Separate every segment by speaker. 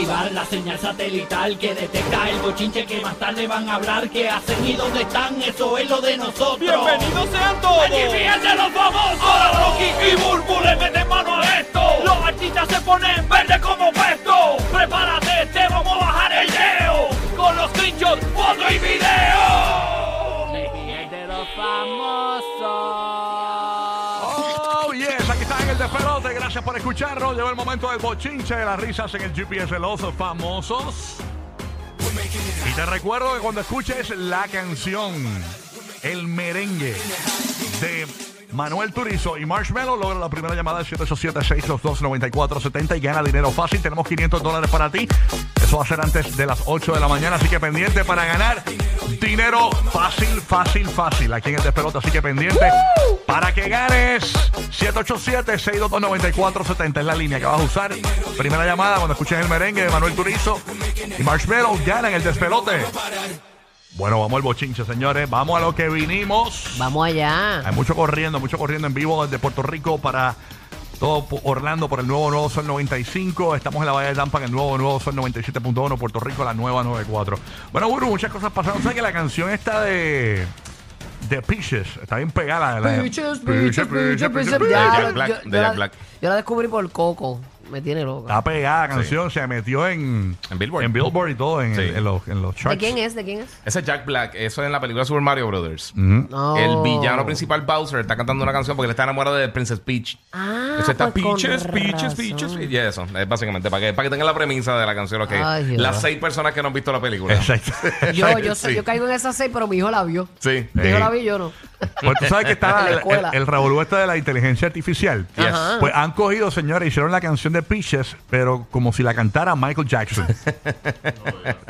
Speaker 1: hogar la señal satelital que detecta el bochinche que más tarde van a hablar que hacen y dónde están, eso es lo de nosotros.
Speaker 2: Bienvenidos sean todos.
Speaker 1: Aquí fíjense los famosos. Ahora Rocky y Burbu le meten mano a esto. Los artistas se ponen verde como puesto. Prepárate, te vamos a bajar el leo. Con los trinchos, foto y video. de los famosos.
Speaker 2: Oh, yes, aquí está en el despelote. Gracias por escucharnos. Llegó el momento del bochinche de las risas en el GPS de los famosos. Y te recuerdo que cuando escuches la canción, el merengue de Manuel Turizo y Marshmallow, logra la primera llamada al 787-622-9470 y gana dinero fácil. Tenemos 500 dólares para ti. Eso va a ser antes de las 8 de la mañana, así que pendiente para ganar dinero fácil, fácil, fácil. Aquí en el despelote, así que pendiente para que ganes 787-622-9470 es la línea que vas a usar. Primera llamada cuando escuches el merengue de Manuel Turizo y Marshmallow ganan el despelote. Bueno, vamos al bochinche, señores. Vamos a lo que vinimos.
Speaker 3: Vamos allá.
Speaker 2: Hay mucho corriendo, mucho corriendo en vivo desde Puerto Rico para todo Pu- Orlando por el nuevo Nuevo Sol 95. Estamos en la Bahía de Tampa en el nuevo Nuevo Sol 97.1, Puerto Rico la nueva 94. Bueno, Guru, muchas cosas pasaron. ¿Sabes que la canción esta de de Peaches está bien pegada? la-
Speaker 3: Pichos, pichos, pichos, pichos.
Speaker 2: Peaches.
Speaker 3: Ya,
Speaker 4: Jack
Speaker 3: yo-
Speaker 4: Black,
Speaker 3: yo-
Speaker 4: de
Speaker 3: yo
Speaker 4: Jack
Speaker 3: la-
Speaker 4: Black. Ah,
Speaker 3: Yo la descubrí por Coco. Me tiene loca.
Speaker 2: Está pegada la canción, se metió en,
Speaker 4: En Billboard.
Speaker 2: en Billboard y todo, en,
Speaker 4: Sí.
Speaker 2: en los, en los charts.
Speaker 3: ¿De quién es? ¿De quién es?
Speaker 4: Ese es Jack Black, eso es en la película Super Mario Brothers. Mm.
Speaker 3: No.
Speaker 4: El villano principal Bowser está cantando una canción porque él está enamorado de Princess Peach.
Speaker 3: Ah,
Speaker 4: eso está
Speaker 3: pues, con
Speaker 4: Peaches, Peaches,
Speaker 3: razón.
Speaker 4: Peaches, Peaches. Y eso, es básicamente para que, para que tengan la premisa de la canción. ok.
Speaker 3: Ay, Dios.
Speaker 4: Las seis personas que no han visto la película.
Speaker 2: Exacto.
Speaker 3: Yo, yo, sé-
Speaker 4: Sí.
Speaker 3: yo caigo en esa seis, pero mi hijo la vio.
Speaker 4: Sí.
Speaker 3: Mi hijo
Speaker 2: Sí.
Speaker 3: la vi, yo no.
Speaker 2: Pues tú sabes que está
Speaker 3: En la
Speaker 2: el,
Speaker 3: escuela.
Speaker 2: el, el revolú este de la inteligencia artificial.
Speaker 4: Yes.
Speaker 3: Ajá.
Speaker 2: Pues han cogido, señores, hicieron la canción de Peaches, pero como si la cantara Michael Jackson. Esto es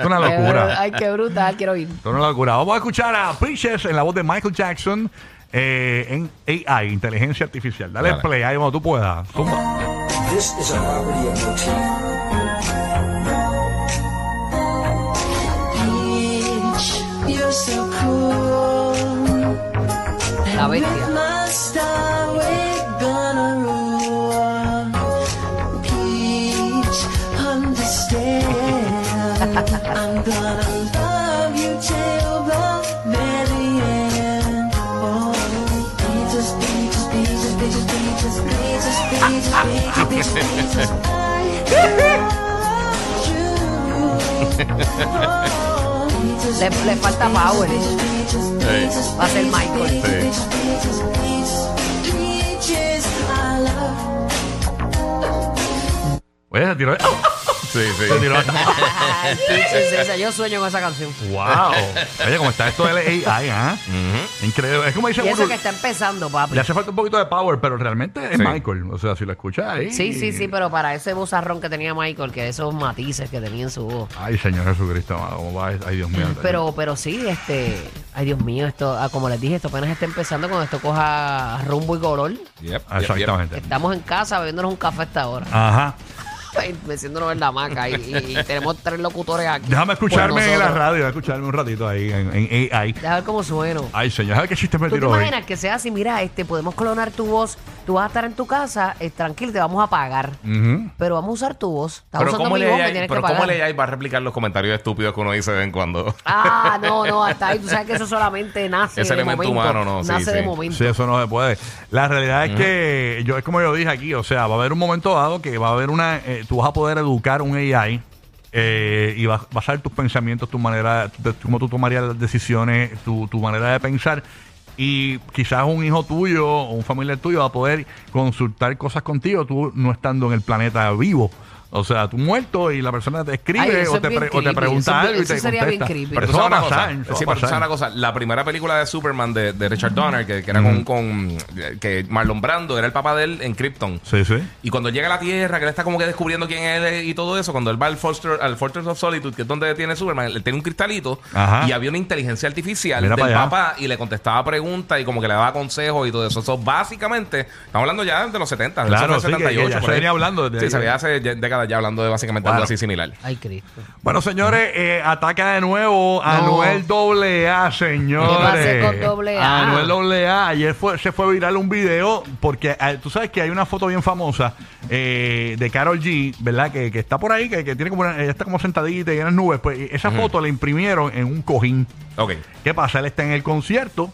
Speaker 2: una
Speaker 3: Qué bru-
Speaker 2: locura.
Speaker 3: Eh, Ay, qué brutal, quiero ir.
Speaker 2: Esto es una locura. Vamos a escuchar a Peaches en la voz de Michael Jackson eh, en AI, inteligencia artificial. Dale,
Speaker 4: Dale.
Speaker 2: play ahí cuando tú puedas. Zumba.
Speaker 5: This is a property of motif.
Speaker 6: You're so cool.
Speaker 3: La bestia.
Speaker 6: My star, we're gonna rule. Peach, understand. I'm gonna love you till the very end. Oh, peaches, peaches, peaches, peaches, peaches, peaches, peaches, peaches, peaches. I love you. Oh,
Speaker 3: Le, le falta power. Va a ser Michael.
Speaker 2: Oye, se tiró. ¡oh!
Speaker 4: Sí, sí.
Speaker 2: Se tiró.
Speaker 3: Ay, Peaches, esa, yo sueño con esa canción.
Speaker 2: ¡Wow! Oye, ¿cómo está esto del AI? ah? Increíble. Es como dice
Speaker 3: Y eso
Speaker 2: Guru,
Speaker 3: que está empezando, papi.
Speaker 2: Le hace falta un poquito de power, pero realmente es
Speaker 4: Sí.
Speaker 2: Michael. O sea, si lo escuchas ahí.
Speaker 3: Sí, sí, sí, pero para ese bozarrón que tenía Michael, que esos matices que tenía en su voz.
Speaker 2: Ay, Señor Jesucristo, amado, ¿cómo va? Ay, Dios mío.
Speaker 3: Pero, pero sí, este, ay Dios mío, esto, ah, como les dije, esto apenas está empezando cuando esto coja rumbo y color.
Speaker 4: Yep,
Speaker 2: Ah,
Speaker 4: yep, yep.
Speaker 2: Exactamente.
Speaker 3: Estamos en casa bebiéndonos un café hasta ahora,
Speaker 2: Ajá.
Speaker 3: Ay, meciéndonos en la hamaca y, y- y tenemos tres locutores aquí.
Speaker 2: Déjame
Speaker 3: con
Speaker 2: escucharme en la
Speaker 3: nosotros.
Speaker 2: radio, déjame escucharme un ratito ahí en, en AI.
Speaker 3: Deja ver cómo sueno.
Speaker 4: Ah,
Speaker 2: Ay, señor, ¿sabes qué chiste me
Speaker 3: ¿Tú te
Speaker 2: tiró hoy?
Speaker 3: imaginas que sea así? Mira, este, podemos clonar tu voz. Tú vas a estar en tu casa, eh, tranquilo, te vamos a pagar. Pero vamos a usar tu voz. Estás
Speaker 4: Mm. Pero
Speaker 3: usando
Speaker 4: ¿cómo
Speaker 3: mi
Speaker 4: le
Speaker 3: voz, me
Speaker 4: AI
Speaker 3: tienes
Speaker 4: pero
Speaker 3: que
Speaker 4: cómo
Speaker 3: pagar.
Speaker 4: el AI va a replicar los comentarios estúpidos que uno dice de vez en cuando?
Speaker 3: Ah, no, no, hasta ahí. Tú sabes que eso solamente nace
Speaker 4: Ese
Speaker 3: de
Speaker 4: elemento
Speaker 3: momento.
Speaker 4: humano, no, sí,
Speaker 3: nace de
Speaker 4: sí.
Speaker 3: momento.
Speaker 2: Sí, eso no se puede. La realidad es que, yo es como yo dije aquí, o sea, va a haber un momento dado que va a haber una, eh, tú vas a poder educar un AI eh, y vas, vas a ver tus pensamientos, tu manera, de- cómo tú tomarías las decisiones, tu, tu manera de pensar. Y quizás un hijo tuyo o un familiar tuyo va a poder consultar cosas contigo, tú no estando en el planeta vivo. O sea, tú muerto y la persona te escribe
Speaker 3: Ay, eso
Speaker 2: o,
Speaker 3: es
Speaker 2: te
Speaker 3: bien
Speaker 2: pre- o te
Speaker 3: creepy. Eso
Speaker 2: pregunta
Speaker 3: es bien-
Speaker 2: algo y
Speaker 3: eso
Speaker 2: te
Speaker 3: sería bien
Speaker 2: contesta.
Speaker 3: creepy.
Speaker 2: Pero
Speaker 4: tú
Speaker 2: eso va
Speaker 4: sabes
Speaker 2: a
Speaker 4: una
Speaker 2: pasar.
Speaker 4: cosa.
Speaker 2: eso va
Speaker 4: Sí, pero tú
Speaker 2: a
Speaker 4: sabes
Speaker 2: pasar.
Speaker 4: una cosa. La primera película de Superman de, de Richard Donner, que, que era con, con- que Marlon Brando, era el papá de él en Krypton.
Speaker 2: Sí, sí.
Speaker 4: Y cuando llega a la Tierra, que él está como que descubriendo quién es y todo eso, cuando él va al, Forster- al Fortress of Solitude, que es donde tiene Superman, él tiene un cristalito
Speaker 2: Ajá.
Speaker 4: y había una inteligencia artificial
Speaker 2: Mira
Speaker 4: del
Speaker 2: para allá.
Speaker 4: papá y le contestaba preguntas y como que le daba consejos y todo eso. Eso básicamente, estamos hablando ya de los 70,
Speaker 2: Claro,
Speaker 4: eso
Speaker 2: sí, que-
Speaker 4: fue en el
Speaker 2: que ya se
Speaker 4: por ahí.
Speaker 2: venía hablando desde
Speaker 4: Sí,
Speaker 2: ahí.
Speaker 4: se veía hace ya- décadas temporada ya hablando de básicamente algo
Speaker 2: Bueno.
Speaker 4: así similar.
Speaker 3: Ay, Cristo.
Speaker 2: Bueno, señores, eh, ataca de nuevo
Speaker 3: No.
Speaker 2: Anuel AA, señores. Ah,
Speaker 3: ¿Qué pasa con doble A?
Speaker 2: Anuel AA. Ayer fue, se fue viral un video porque eh, tú sabes que hay una foto bien famosa eh, de Carol G, ¿verdad? Que, que está por ahí, que, que tiene como una- ella está como sentadita y en las nubes. Pues y esa foto la imprimieron en un cojín.
Speaker 4: Ok.
Speaker 2: ¿Qué pasa? Él está en el concierto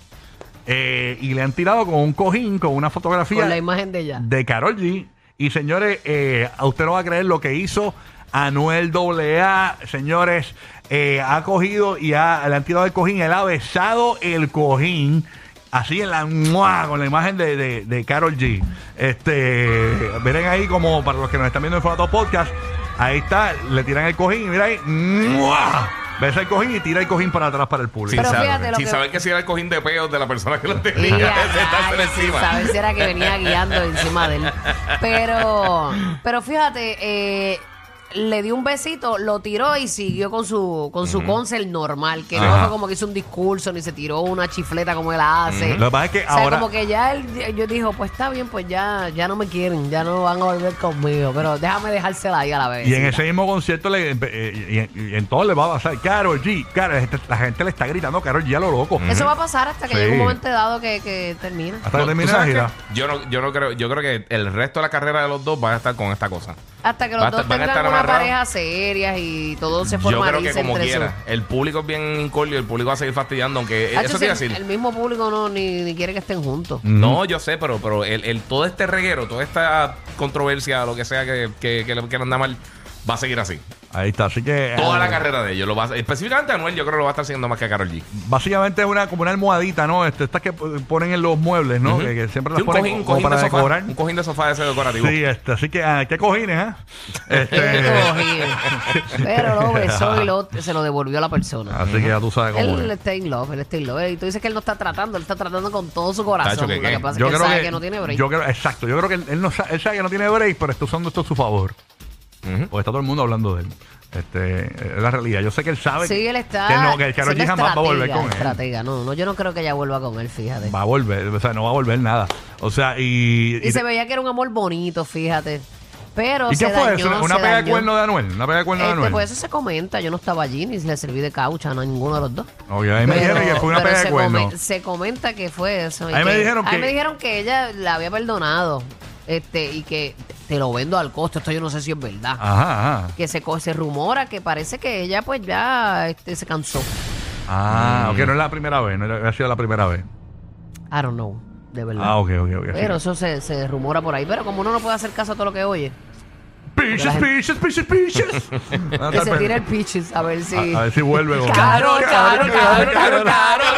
Speaker 2: eh, y le han tirado con un cojín, con una fotografía
Speaker 3: Con la imagen de ella.
Speaker 2: de Carol G. Y señores, eh, a usted no va a creer lo que hizo Anuel AA. Señores, eh, ha cogido y ha, le han tirado el cojín. Él ha besado el cojín. Así en la ¡mua! con la imagen de, de, de Carol G. Este, miren ahí como para los que nos están viendo en formato podcast, ahí está, le tiran el cojín y mira ahí, ¡mua! besa el cojín y tira el cojín para atrás para el
Speaker 4: Sin,
Speaker 2: público.
Speaker 3: Pero
Speaker 4: saber,
Speaker 3: fíjate lo
Speaker 4: sin
Speaker 3: que-
Speaker 4: saber que si era el cojín de peos de la persona que lo
Speaker 3: Y
Speaker 4: tenía.
Speaker 3: a
Speaker 4: ese está por
Speaker 3: rayos, sin
Speaker 4: encima.
Speaker 3: saber si era que venía guiando encima de él. Pero, pero fíjate, eh, le dio un besito, lo tiró y siguió con su con su concert normal, que no
Speaker 2: Ajá.
Speaker 3: fue como que hizo un discurso ni se tiró una chifleta como él hace.
Speaker 2: Lo que pasa es que
Speaker 3: O sea,
Speaker 2: ahora-
Speaker 3: como que ya él, yo dijo, pues está bien, pues ya, ya no me quieren, ya no van a volver conmigo, pero déjame dejársela ahí a la vez.
Speaker 4: Pues
Speaker 2: Y en ese mismo concierto, le, eh, y, y- y en todo le va a pasar. Carol G, Karol, la, gente, la gente le está gritando Carol G a lo loco.
Speaker 3: Eso va a pasar hasta que
Speaker 2: Sí.
Speaker 3: llegue un momento dado que, que termina.
Speaker 2: Hasta que
Speaker 4: No,
Speaker 2: termine
Speaker 4: ¿tú
Speaker 2: la
Speaker 4: sabes
Speaker 2: gira.
Speaker 4: qué? Yo no, yo no creo, yo creo que el resto de la carrera de los dos van a estar con esta cosa.
Speaker 3: Hasta que
Speaker 4: Va a estar-
Speaker 3: los dos
Speaker 4: van a
Speaker 3: tengan
Speaker 4: estar
Speaker 3: una
Speaker 4: amarrados.
Speaker 3: pareja seria y todo se
Speaker 4: Yo creo
Speaker 3: formalice
Speaker 4: que como
Speaker 3: entre
Speaker 4: quiera,
Speaker 3: sus-
Speaker 4: el público es bien incordio, el público va a seguir fastidiando, aunque
Speaker 3: Hacho,
Speaker 4: eso
Speaker 3: si
Speaker 4: te iba a
Speaker 3: el-
Speaker 4: decir.
Speaker 3: Ah, El mismo público no ni, ni quiere que estén juntos.
Speaker 4: No, yo sé, pero, pero el, el- todo este reguero, toda esta controversia, lo que sea que, que, que le quieran dar mal, va a seguir así.
Speaker 2: Ahí está, así que.
Speaker 4: Toda
Speaker 2: eh,
Speaker 4: la carrera de ellos. Lo va a- específicamente Anuel, yo creo que lo va a estar haciendo más que a Karol G.
Speaker 2: Básicamente es una, como una almohadita, ¿no? Este, estas que eh, ponen en los muebles, ¿no? que, que siempre
Speaker 4: Sí,
Speaker 2: las
Speaker 4: un
Speaker 2: ponen
Speaker 4: cojín, un
Speaker 2: como
Speaker 4: cojín
Speaker 2: para
Speaker 4: de sofá,
Speaker 2: decorar.
Speaker 4: Un cojín de sofá de ese decorativo.
Speaker 2: Sí, este, así que, ah, ¿qué cojines, eh? Este,
Speaker 3: Cogido. Pero lo besó y lo, se lo devolvió a la persona.
Speaker 2: así que ya tú sabes Ah, cómo
Speaker 3: Él
Speaker 2: es.
Speaker 3: está in love, él está in love. Y tú dices que él no está tratando, él está tratando con todo su corazón.
Speaker 4: Tacho, que
Speaker 3: lo
Speaker 4: qué.
Speaker 3: que pasa es que él sabe que, no tiene break.
Speaker 2: yo creo, exacto, yo creo que él, él no sa- él sabe que no tiene break, pero está usando esto a su favor. Porque está todo el mundo hablando de él. Este, es la realidad. Yo sé que él sabe
Speaker 3: sí, él está.
Speaker 2: que no, que el Karol
Speaker 3: siendo
Speaker 2: G jamás va a volver
Speaker 3: estratega,
Speaker 2: con él.
Speaker 3: estratega. No, no, yo no creo que ella vuelva con él, fíjate.
Speaker 2: Va a volver, o sea, no va a volver nada. O sea, y.
Speaker 3: Y se veía que era un amor bonito, fíjate. Pero
Speaker 2: ¿Y
Speaker 3: se
Speaker 2: qué fue
Speaker 3: dañó,
Speaker 2: eso? Una
Speaker 3: se
Speaker 2: pega de
Speaker 3: dañó.
Speaker 2: cuerno de Anuel. Una pega de cuerno de
Speaker 3: Este,
Speaker 2: Anuel.
Speaker 3: pues eso se comenta, yo no estaba allí ni le serví de caucha a ninguno de los dos.
Speaker 2: Ok, a mí me
Speaker 3: Pero-
Speaker 2: dijeron que fue una
Speaker 3: pero
Speaker 2: pega de
Speaker 3: se
Speaker 2: cuerno.
Speaker 3: come- se comenta que fue eso. y
Speaker 2: A mí me
Speaker 3: que-
Speaker 2: dijeron
Speaker 3: a mí
Speaker 2: que-
Speaker 3: me dijeron que ella la había perdonado este y que te lo vendo al costo, esto yo no sé si es verdad.
Speaker 2: Ah. Ajá, ajá.
Speaker 3: Que se, co- se rumora que parece que ella pues ya este, se cansó.
Speaker 2: Ah, ok, no es la primera vez, no era- ha sido la primera vez.
Speaker 3: I don't know, de verdad.
Speaker 2: Ah, ok, ok, ok. así
Speaker 3: Pero
Speaker 2: que-
Speaker 3: eso se, se rumora por ahí. Pero como uno no puede hacer caso a todo lo que oye,
Speaker 2: Piches, piches, piches, piches. Ah,
Speaker 3: que
Speaker 2: tal,
Speaker 3: se
Speaker 2: pero-
Speaker 3: tire el pitches a ver si...
Speaker 2: a, a ver si vuelve. con-
Speaker 3: Carol, Carol, Carol, Carol,
Speaker 2: Carol,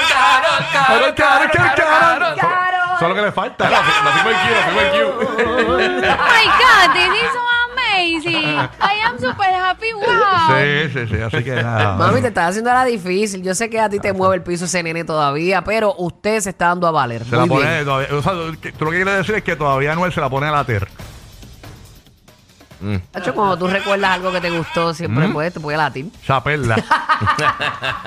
Speaker 2: Carol, Carol, Carol. Solo- Solo que le falta.
Speaker 4: No firmó el Q, no firmó el Q.
Speaker 7: Oh my god, this is so amazing. I am super happy. Wow.
Speaker 2: Sí, sí, sí, así que nada.
Speaker 3: Mami, te estás haciendo la difícil. Yo sé que a ti te mueve el piso ese nene todavía, pero usted se está dando a valer.
Speaker 2: Se la
Speaker 3: Muy
Speaker 2: pone
Speaker 3: bien.
Speaker 2: todavía. O sea, que- tú lo que quieres decir es que todavía Anuel se la pone a la ter.
Speaker 3: Nacho, cuando tú recuerdas algo que te gustó, siempre puedes, te puede latir.
Speaker 2: Esa perla.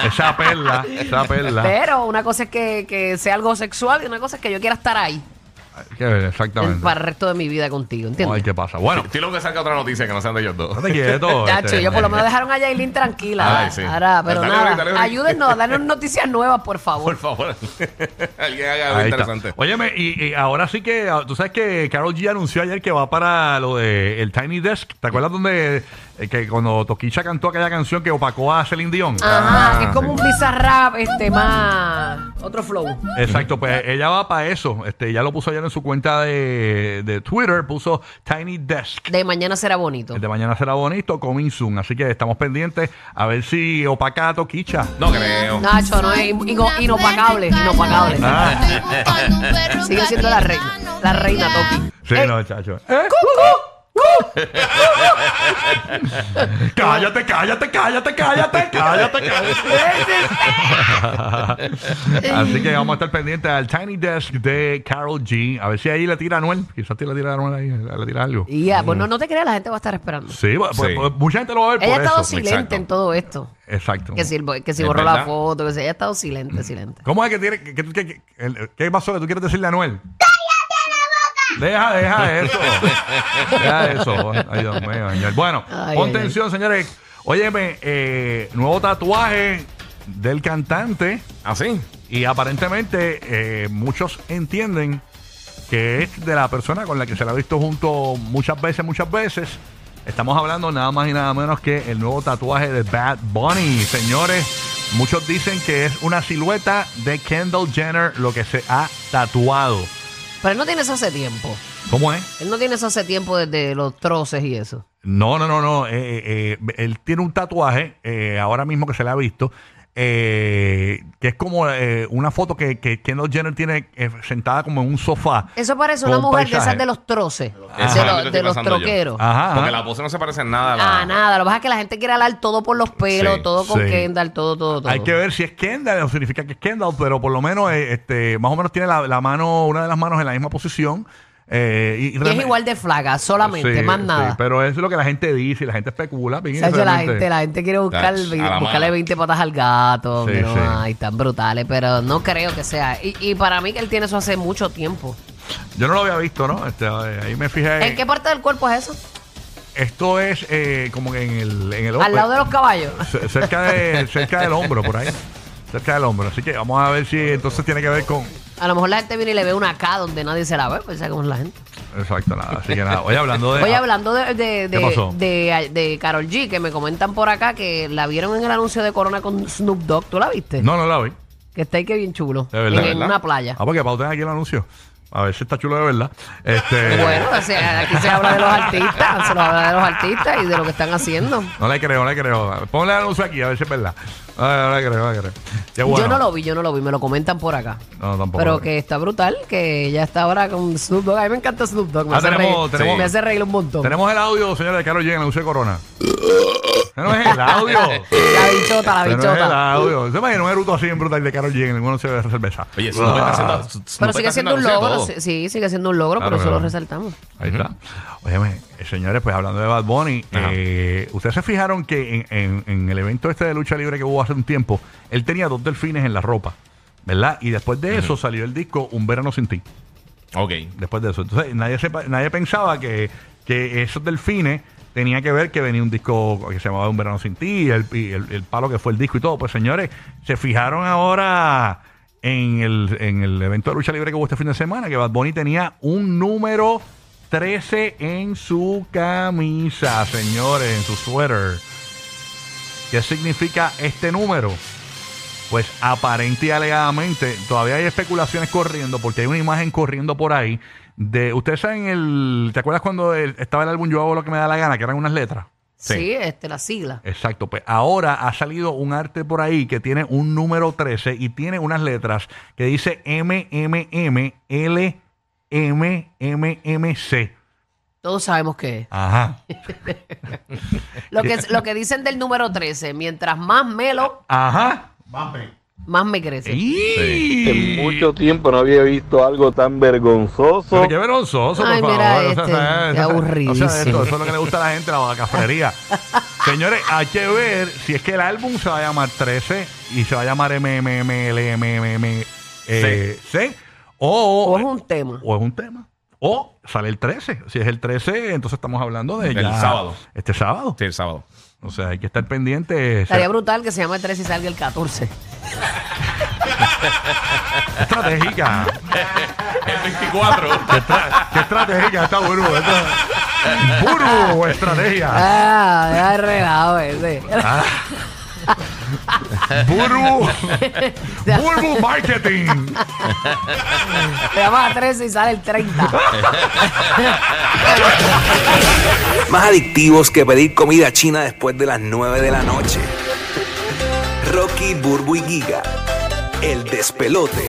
Speaker 2: esa perla. Esa perla.
Speaker 3: Pero una cosa es que, que sea algo sexual y una cosa es que yo quiera estar ahí
Speaker 2: Qué bien,
Speaker 3: en-
Speaker 2: exactamente.
Speaker 3: para el resto de mi vida contigo, ¿entiendes?
Speaker 2: Ay, ¿qué pasa? Bueno,
Speaker 4: Estoy loco que salga otra noticia que no sean de ellos dos.
Speaker 2: estate quieto.
Speaker 3: Nacho,
Speaker 2: este.
Speaker 3: yo por lo menos dejaron a Yailin tranquila.
Speaker 4: Ay, sí.
Speaker 3: Ahora, pero
Speaker 4: Dale,
Speaker 3: nada,
Speaker 4: dale, dale, dale.
Speaker 3: ayúdennos a darnos noticias nuevas, por favor.
Speaker 4: Por favor. Alguien haga algo
Speaker 2: Ahí está.
Speaker 4: interesante.
Speaker 2: Óyeme, y, y ahora sí que, ah, tú sabes que Carol G anunció ayer que va para lo de el Tiny Desk. ¿Te acuerdas donde eh, que cuando Toquicha cantó aquella canción que opacó a Celine Dion?
Speaker 3: Ajá,
Speaker 4: Ah,
Speaker 3: que es como un bizarrap, este, más... Otro flow.
Speaker 2: Exacto, pues ella va para eso. Este, ya lo puso ayer en su cuenta de, de Twitter, puso Tiny Desk.
Speaker 3: De mañana será bonito.
Speaker 2: El de mañana será bonito, coming soon. Así que estamos pendientes a ver si opaca a Toquicha.
Speaker 4: No creo.
Speaker 3: Nacho, no es in- in- inopacable, inopacable. Sigue siendo la reina, la reina Toki.
Speaker 2: Sí, no, chacho. ¿Eh? cállate, cállate, cállate, cállate, cállate, cállate. Así que vamos a estar pendientes al Tiny Desk de Carol G. A ver si ahí le tira a Anuel. Quizás te le tira a Anuel ahí, le tira algo.
Speaker 3: Y ya, pues no, no te creas, la gente va a estar esperando.
Speaker 2: Sí, pues,
Speaker 4: Sí.
Speaker 2: pues, mucha gente lo va a ver
Speaker 3: Ella ha
Speaker 2: por
Speaker 3: estado
Speaker 2: eso.
Speaker 3: silente
Speaker 4: exacto.
Speaker 3: en todo esto.
Speaker 2: Exacto.
Speaker 3: Que si, el- que si
Speaker 4: Es
Speaker 3: borró
Speaker 4: verdad.
Speaker 3: la foto, que si ella ha estado silente, silente.
Speaker 2: ¿Cómo es que tiene que, que- que- que- el- qué pasó que tú quieres decirle a Anuel? Deja, deja eso. deja eso. Ay, Dios mío, señor. Bueno,
Speaker 3: Ay,
Speaker 2: pon
Speaker 3: ay, ay.
Speaker 2: tensión, señores. Óyeme, eh, nuevo tatuaje del cantante.
Speaker 4: ¿Así?
Speaker 2: Y aparentemente eh, muchos entienden que es de la persona con la que se la ha visto junto muchas veces, muchas veces. Estamos hablando nada más y nada menos que el nuevo tatuaje de Bad Bunny, señores. Muchos dicen que es una silueta de Kendall Jenner lo que se ha tatuado.
Speaker 3: Pero él no tiene eso hace tiempo.
Speaker 2: ¿Cómo es?
Speaker 3: Él no tiene eso hace tiempo desde los troces y eso.
Speaker 2: No, no, no, no. eh, eh, eh, él tiene un tatuaje eh, ahora mismo que se le ha visto. eh, que es como eh, una foto que, que Kendall Jenner tiene eh, sentada como en un sofá.
Speaker 3: Eso parece
Speaker 2: con
Speaker 3: una
Speaker 2: un
Speaker 3: mujer de esas
Speaker 2: paisaje.
Speaker 3: de los troces,
Speaker 4: Ajá.
Speaker 3: de,
Speaker 4: Eso es lo
Speaker 3: los-
Speaker 4: que
Speaker 3: de
Speaker 4: estoy
Speaker 3: los
Speaker 4: pensando yo.
Speaker 3: troqueros.
Speaker 2: Ajá, ajá.
Speaker 4: Porque la pose no se parece en nada. a la-
Speaker 3: Ah, nada. Lo que pasa es que la gente quiere hablar todo por los pelos,
Speaker 4: Sí,
Speaker 3: todo con
Speaker 2: sí.
Speaker 3: Kendall, todo, todo, todo.
Speaker 2: Hay que ver si es Kendall o significa que es Kendall, pero por lo menos eh, este, más o menos tiene la, la mano, una de las manos en la misma posición. eh, y,
Speaker 3: Y es igual de flaca, solamente,
Speaker 2: Sí,
Speaker 3: más
Speaker 2: sí,
Speaker 3: nada.
Speaker 2: pero eso es lo que la gente dice y la gente especula. bien,
Speaker 3: Sacho, la,
Speaker 2: realmente.
Speaker 3: gente, la gente quiere buscar,
Speaker 4: Tach, a la
Speaker 3: buscarle
Speaker 4: mala.
Speaker 3: 20 patas al gato.
Speaker 2: Sí,
Speaker 3: que no
Speaker 2: sí.
Speaker 3: hay, tan brutales, pero no creo que sea. Y, y para mí que él tiene eso hace mucho tiempo.
Speaker 2: Yo no lo había visto, ¿no? Este, eh, ahí me fijé.
Speaker 3: ¿En qué parte del cuerpo es eso?
Speaker 2: Esto es eh, como que en el, en el
Speaker 3: Al lado de los caballos.
Speaker 2: C- cerca de cerca del hombro por ahí cerca del hombro así que vamos a ver si entonces tiene que ver con
Speaker 3: A lo mejor la gente viene y le ve una acá donde nadie se la ve, pues como es la gente.
Speaker 2: exacto nada así que nada oye hablando de
Speaker 3: Oye, hablando de, de,
Speaker 2: ¿Qué pasó?
Speaker 3: de, de, Carol G, que me comentan por acá que la vieron en el anuncio de Corona con Snoop Dogg. ¿Tú la viste?
Speaker 2: no no la vi
Speaker 3: Que está ahí que bien chulo.
Speaker 2: de verdad
Speaker 3: en, en
Speaker 4: ¿verdad?
Speaker 3: una playa.
Speaker 2: ah porque pauten aquí el anuncio a ver si está chulo de verdad este
Speaker 3: Bueno, o sea, aquí se habla de los artistas, se nos habla de los artistas y de lo que están haciendo.
Speaker 2: no le creo no le creo ponle el anuncio aquí a ver si es verdad no, no le creo no le creo Qué bueno.
Speaker 3: Yo no lo vi, yo no lo vi, me lo comentan por acá.
Speaker 2: No, tampoco
Speaker 3: Pero
Speaker 2: lo vi.
Speaker 3: que está brutal, que ya está ahora con Snoop Dogg. A mí me encanta Snoop Dogg, me,
Speaker 2: Ah,
Speaker 3: hace,
Speaker 2: tenemos-
Speaker 3: reír,
Speaker 2: tenemos-
Speaker 3: me hace reír un montón.
Speaker 2: tenemos el audio señora de Carlos G en el anuncio de Corona Ese no es el audio Ese
Speaker 3: La bichota, la
Speaker 2: no es el
Speaker 3: bichota.
Speaker 2: audio se imagina un eruto así en brutal de Carol G en el anuncio de cerveza
Speaker 4: Oye, eso no está
Speaker 2: Ah.
Speaker 4: haciendo. Snoop
Speaker 3: Pero
Speaker 4: está
Speaker 3: sigue siendo un
Speaker 4: haciendo
Speaker 3: logro,
Speaker 4: todo.
Speaker 3: sí, sí, sigue siendo un logro,
Speaker 2: Claro,
Speaker 3: pero eso
Speaker 2: claro.
Speaker 3: lo resaltamos.
Speaker 2: Ahí está. Óyeme, eh, señores, pues hablando de Bad Bunny,
Speaker 4: Ajá.
Speaker 2: eh, ustedes se fijaron que en, en- en el evento este de lucha libre que hubo hace un tiempo, él tenía dos delfines en la ropa, ¿verdad? Y después de eso salió el disco Un verano sin ti,
Speaker 4: Ok.
Speaker 2: después de eso. Entonces nadie, sepa- nadie pensaba que, que esos delfines tenía que ver que venía un disco que se llamaba Un verano sin ti, y el, y el- el palo que fue el disco y todo. Pues señores, se fijaron ahora en el, en el evento de lucha libre que hubo este fin de semana, que Bad Bunny tenía un número 13 en su camisa, señores, en su sweater. ¿Qué significa este número? Pues aparente y alegadamente, todavía hay especulaciones corriendo, porque hay una imagen corriendo por ahí de. Ustedes saben el. ¿Te acuerdas cuando el- estaba el álbum Yo hago lo que me da la gana, que eran unas letras?
Speaker 3: Sí, este, la sigla.
Speaker 2: Exacto, pues ahora ha salido un arte por ahí que tiene un número 13 y tiene unas letras que dice MMMLMMMC.
Speaker 3: Todos sabemos qué es.
Speaker 2: Ajá.
Speaker 3: Lo que, lo que dicen del número 13, mientras más melo,
Speaker 2: Ajá.
Speaker 3: más me crece.
Speaker 2: Y-
Speaker 8: En mucho tiempo no había visto algo tan vergonzoso.
Speaker 2: Pero qué vergonzoso,
Speaker 3: Ay,
Speaker 2: por
Speaker 3: mira
Speaker 2: favor.
Speaker 3: este,
Speaker 2: sea,
Speaker 3: qué
Speaker 2: sea,
Speaker 3: aburridísimo.
Speaker 2: o sea, esto, eso es lo que le gusta a la gente, la vacafrería. Señores, hay que ver si es que el álbum se va a llamar 13 y se va a llamar MMMLMMM. Eh, C.
Speaker 3: O
Speaker 2: O,
Speaker 3: es un tema.
Speaker 2: o es un tema. O sale el 13. Si es el 13, entonces estamos hablando de
Speaker 4: El
Speaker 2: ya
Speaker 4: sábado.
Speaker 2: Este sábado.
Speaker 4: Sí, el sábado.
Speaker 2: O sea, hay que estar pendiente.
Speaker 3: Estaría brutal que se llame el 13 y salga el 14.
Speaker 2: estratégica.
Speaker 4: El 24.
Speaker 2: Qué estratégica está Burbu. Esto- Burbu, estrategia.
Speaker 3: Ah, ya relajado ese.
Speaker 2: Burbu. Burbu Marketing.
Speaker 3: Se llama 13 y sale el 30.
Speaker 9: Más adictivos que pedir comida china después de las 9 de la noche. Rocky, Burbu y Giga. El despelote.